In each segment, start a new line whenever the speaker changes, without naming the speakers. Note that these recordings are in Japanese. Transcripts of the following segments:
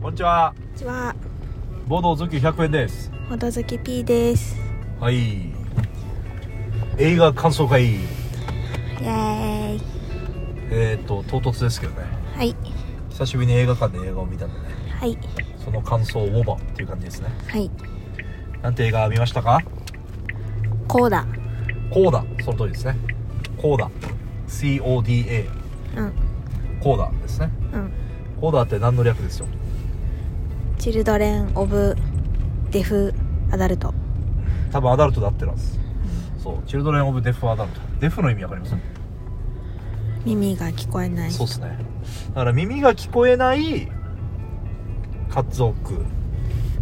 こんにちは。
こんにちは、
ボードズキ100円です。
ほどずき P です。
はい。映画感想会。
イエーイ。
えっ、と、唐突ですけどね。
はい、
久しぶりに映画館で映画を見たので、ね、
はい、
その感想をオーバーっていう感じですね。
はい。
なんて映画見ましたか
こうだ。
コーダ。その通りですね。コーダ。CODA。
うん、
コーダですね。
うん。
コーダって何の略ですよ。
チルドレン・オブ・デフ・アダルト。
多分アダルトで合ってるはず。そう。チルドレン・オブ・デフ・アダルト。デフの意味わかります
耳が聞こえない。
そうですねだから耳が聞こえない家族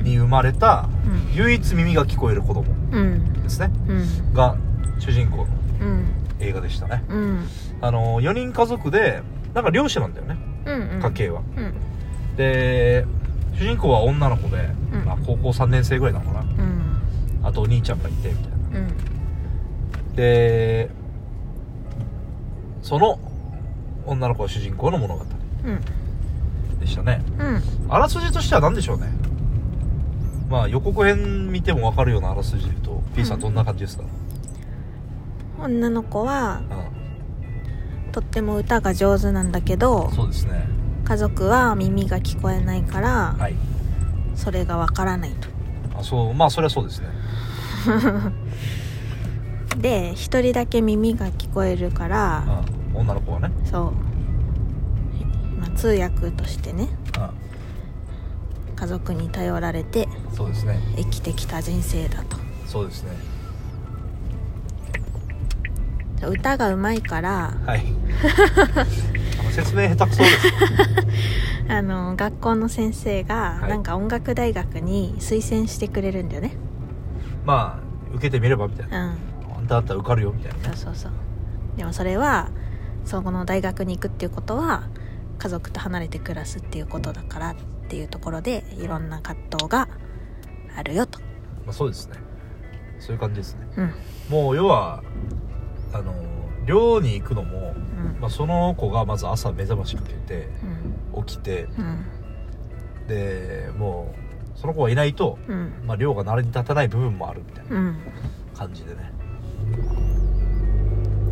に生まれた
うん
唯一耳が聞こえる子供
うん、
ですね
うん、
が主人公の
うん、
映画でしたね
うん、
あの4人家族でなんか漁師なんだよね
うん、うん。
家計は、
うん、
で主人公は女の子で、
うん
まあ、高校3年生ぐらいなのかな
うん、
あとお兄ちゃんがいてみたいな
うん、
でその女の子が主人公の物語
うん、
でしたね
うん、
あらすじとしては何でしょうねまあ予告編見ても分かるようなあらすじで言うと P さんどんな感じですか、
女の子は
うん
とっても歌が上手なんだけど
そうですね
家族は耳が聞こえないから、
はい
それがわからないと
あそうまあそれはそうですね
で一人だけ耳が聞こえるから、
うん女の子はね
そう、まあ、通訳としてね
う
家族に頼られて
んそうですね
生きてきた人生だと
そうですね
歌がうまいから
はい あの説明下手くそです
あの学校の先生が
はい
なんか音楽大学に推薦してくれるんだよね、
まあ受けてみればみたいなあんただったら受かるよみたいな
うんそうそうそうでもそれはそこの大学に行くっていうことは家族と離れて暮らすっていうことだからっていうところでいろんな葛藤があるよと
まあそうですねそういう感じですね
うん
もう要はあの寮に行くのも、
うん
まあ、その子がまず朝目覚ましかけて
うん
起きて
うん
でもうその子がいないと、
うん
まあ、量が成り立たない部分もあるみたいな
うん
感じでね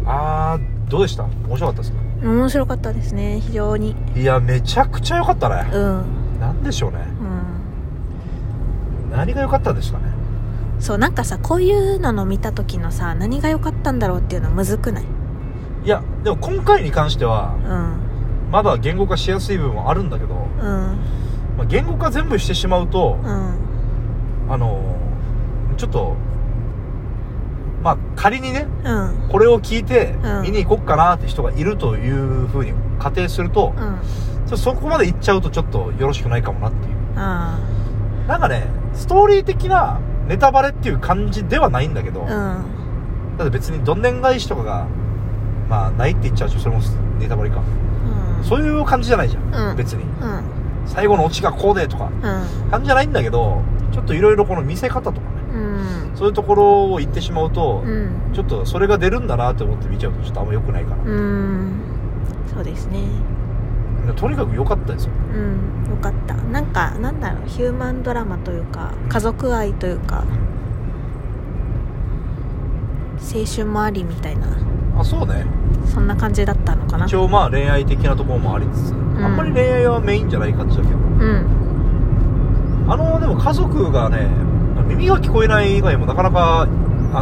あーどうでした面白かったですか
面白かったですね非常に
いやめちゃくちゃ良かったね
うん
なんでしょうね
うん
何が良かったんですかね
そうなんかさこういうのの見た時のさ何が良かったんだろうっていうのむずくない
いやでも今回に関しては
うん
まだ言語化しやすい部分はあるんだけど、
うん
まあ、言語化全部してしまうと
うん
あのーちょっとまあ仮にね
うん
これを聞いて
うん
見に行こっかなって人がいるというふうに仮定すると、
うん
ちょそこまで行っちゃうとちょっとよろしくないかもなっていう
あ
なんかねストーリー的なネタバレっていう感じではないんだけど、
あ
だ
うん
って別にどんでん返しとかがまあないって言っちゃうとそれもネタバレか
うん
そういう感じじゃないじゃん、
うん
別に
うん
最後のオチがこうでとか
うん
感じじゃないんだけどちょっといろいろこの見せ方とかね
うん
そういうところを言ってしまうと、
うん
ちょっとそれが出るんだなって思って見ちゃうとちょっとあんま良くないから、
うんそうですね
とにかく良かったですよ
うんよかったなんかなんだろうヒューマンドラマというか家族愛というか青春もありみたいな
あそうね
そんな感じだったのかな
一応まあ恋愛的なところもありつつ、
ん
あんまり恋愛はメインじゃない感じだけど
うん
あのでも家族がね耳が聞こえない以外もなかなかあ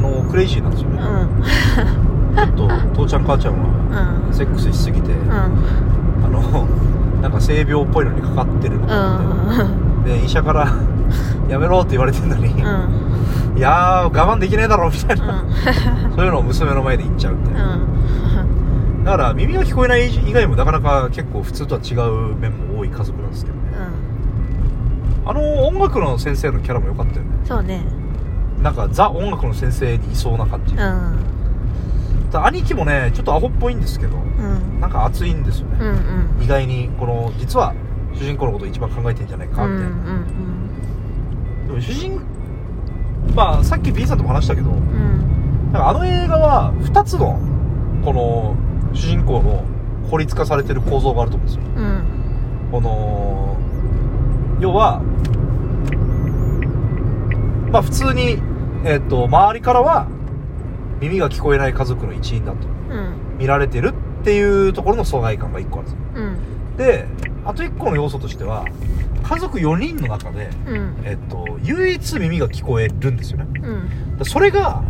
のクレイジーなんですよ
う
ね、
ん
ちょっと父ちゃん母ちゃんは
うん
セックスしすぎて、
う
あ
ん
の なんか性病っぽいのにかかってるの
う
かなって、
ん
で医者から やめろって言われてんのに、
うん
いやー我慢できないだろみたいな、
う
そういうのを娘の前で言っちゃうみたいな、
ん
だから耳が聞こえない以外もなかなか結構普通とは違う面も多い家族なんですけどね
うん
あの音楽の先生のキャラも良かったよね
そうね
なんかザ音楽の先生にいそうな感じ、
うん
ただ兄貴もねちょっとアホっぽいんですけど
うん
なんか熱いんですよ
う
ね、
んうん
意外にこの実は主人公のことを一番考えてんじゃないか
う
み
ん
たいな、
うん
でも主人まあさっき B さんとも話したけどなん
うん
かあの映画は2つのこの主人公の孤立化されてる構造があると思うんですよ
う
こ
ん
の要はまあ普通に、えっと周りからは耳が聞こえない家族の一員だと
うん
見られてるっていうところの疎外感が1個あるんですよ
うん
であと1個の要素としては家族4人の中で、
うん
えっと唯一耳が聞こえるんですよね
うん
だそれが、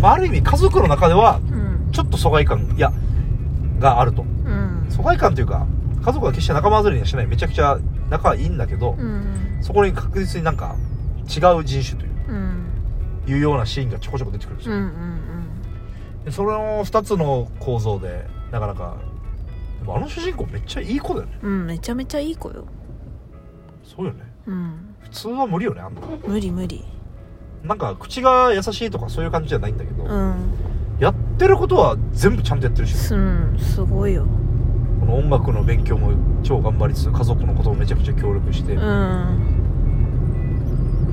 まあ、ある意味家族の中では
うん
ちょっと疎外感いやがあると
うん
疎外感というか家族は決して仲間外れにはしないめちゃくちゃ仲いいんだけど、
うん
そこに確実になんか違う人種という
うん
いうようなシーンがちょこちょこ出てくるんです
うんう
よ、
ん
でそれの2つの構造でなかなかでもあの主人公めっちゃいい子だよね
うんめちゃめちゃいい子よ
そうよね
うん
普通は無理よねあんな
無理無理
なんか口が優しいとかそういう感じじゃないんだけど、
うん
やってることは全部ちゃんとやってるし
すうんすごいよ
この音楽の勉強も超頑張りつつ家族のこともめちゃくちゃ協力して、
うん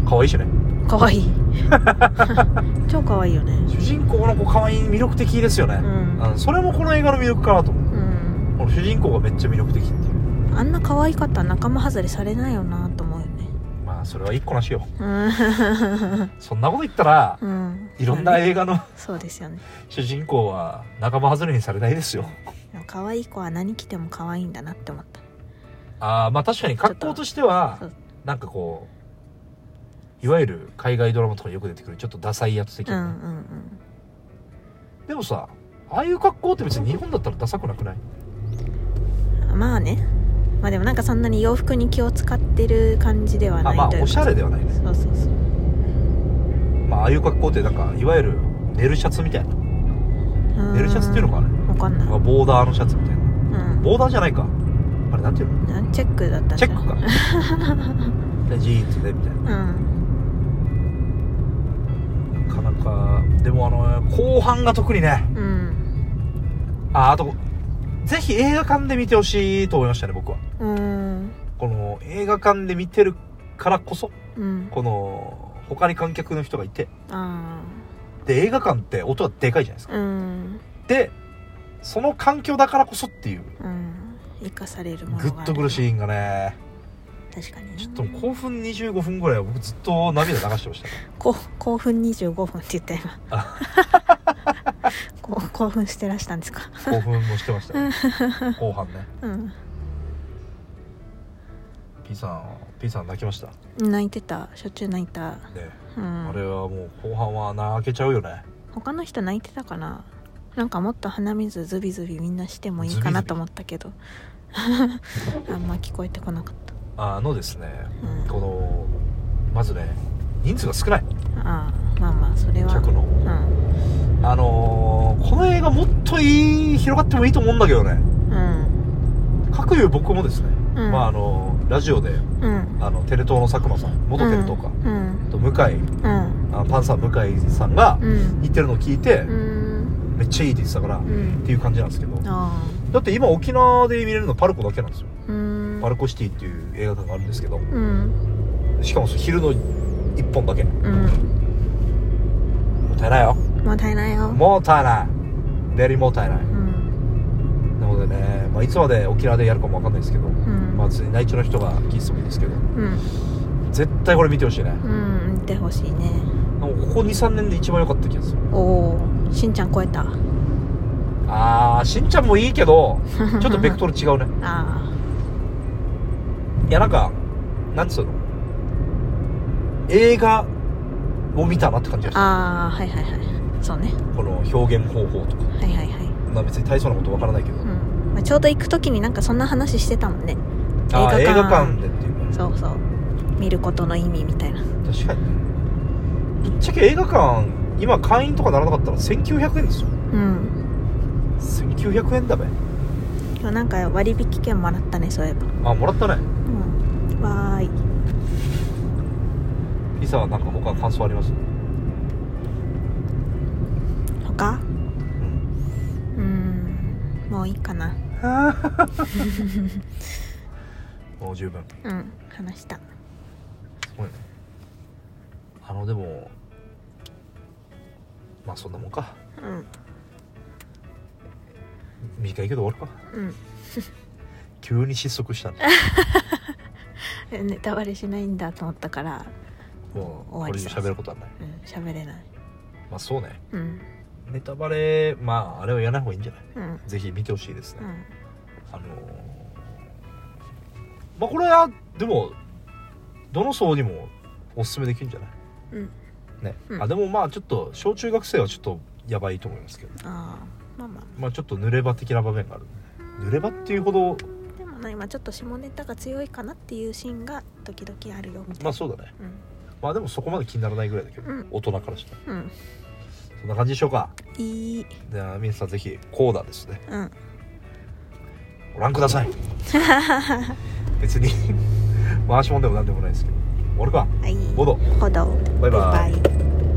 可愛いしね
かわいい超かわいいよね
主人公の子可愛い魅力的ですよね
う、ん
うんそれもこの映画の魅力かなと思う
うん
この主人公がめっちゃ魅力的っていう
あんな可愛かったら仲間外れされないよなと思うよね
まあそれは一個なしよ
うん
そんなこと言ったら、
うん
いろんな映画の
そうですよね
主人公は仲間外れにされないですよ
でも可愛い子は何着ても可愛いんだなって思った
ああまあ確かに格好としては
そう
なんかこういわゆる海外ドラマとかによく出てくるちょっとダサいやつ的
うん
な、
うん
でもさああいう格好って別に日本だったらダサくなくない
うんまあねまあでもなんかそんなに洋服に気を使ってる感じでは
あ
ない
まあ
というか
おしゃれではないね、
そうそうそう
まあ、ああいう格好ってなんかいわゆる寝るシャツみたいな
うん
寝るシャツっていうのかな
わかんない
まあボーダーのシャツみたいな
うん
ボーダーじゃないかあれなんていうの
なんチェックだったん
チ
じゃ
ェッ
ない
クか でジーンズでみたいな
うん
なかなかでもあの後半が特にね
うん
ああとぜひ映画館で見てほしいと思いましたね僕は
うん
この映画館で見てるからこそ
うん
この他に観客の人がいて
あ
で映画館って音はでかいじゃないです
ー
か
うん
でその環境だからこそっていう
うん生かされるもの
グ
が
ッとくるシーンがね
ー確かに
ちょっともう興奮25分ぐらいは僕ずっと涙流してましたね
こ興奮25分って言った今 こ興奮してらしたんですか
興奮もしてました ね後半ね
うん、
P さん P さん泣きましたね
泣いてたしょっちゅう泣いた、う
あれ
ん、
はもう後半は泣けちゃうよね
他の人泣いてたかななんかもっと鼻水ズビズビみんなしてもいいかなと思った けどあんま聞こえてこなかった
あのですね、
うん
このまずね人数が少ない
ああまあまあそれは
客の
うん
あのーこの映画もっといい広がってもいいと思うんだけどね
うん
かくいう僕もですね、
うん
まああのーラジオで
うん
あのテレ東の佐久間さん元テレ東か、
うん
と向井
うん
あパンサー向井さんが
うん
言ってるのを聞いて、
うん
めっちゃいいって言ってたから、
う
っ
ん
ていう感じなんですけど
あ
だって今沖縄で見れるのパルコだけなんですよ、
あうん
パルコシティっていう映画館があるんですけど
うん
しかも昼の1本だけも
うん
ったいないよ
もったいないよ
もったいないベリーもったいない
うん
なのでね、まあ、いつまで沖縄でやるかもわかんないですけど、
うん
まあ、別に内地の人が聞いててもいいですけど
うん
絶対これ見てほしいね
うん見てほしいね
もうここ23年で一番良かった気がする
おおしんちゃん超えた
あーしんちゃんもいいけ どちょっとベクトル違うね
あ
いやなんかなんつうの映画を見たなって感じ
あ
が
ああはいはいはいそうね
するこの表現方法とか
はいはいはい、
まあ別に大層なことわからないけど
うんまあ、ちょうど行く時になんかそんな話してたもんね
あー
映
映
画
画
館
館でっていうね
そうそう見ることの意味みたいな
確かにねぶっちゃけ映画館今会員とかならなかったら1900円ですよ
うん
1900円だべ
今日なんか割引券もらったねそういえば
あもらったね
うんわーい
ピザはなんか他感想あります
他
うん
うんもういいかな
もう十分
うん話した
すごいねあのでもまあそんなもんか
うん
短いけど終わるか
うん
急に失速したね
ネタバレしないんだと思ったから
もう
終わ
こ
り
れ以
そ
上
う
喋ることはない
うん喋れない
まあそうね
うん
ネタバレまああれはやらない方がいいんじゃない
うん
ぜひ見てほしいですね、
うん
あのーまあこれはでもどの層にもおすすめできるんじゃない
うん
ね、
うん
あでもまあちょっと小中学生はちょっとやばいと思いますけど
ああまあま
まあちょっと濡れ場的な場面がある濡れ場っていうほど
あでもな今ちょっと下ネタが強いかなっていうシーンが時々あるよみたいな、
まあそうだね
うん
まあでもそこまで気にならないぐらいだけど、
うん
大人からしたら
うん
そんな感じでしょうか
いい
では皆さんぜひコーダですね
うん
ご覧くだ さい別に回しもんでもなんでもないですけど俺か
はい
ボド
ほど
バイバイ
バイバイ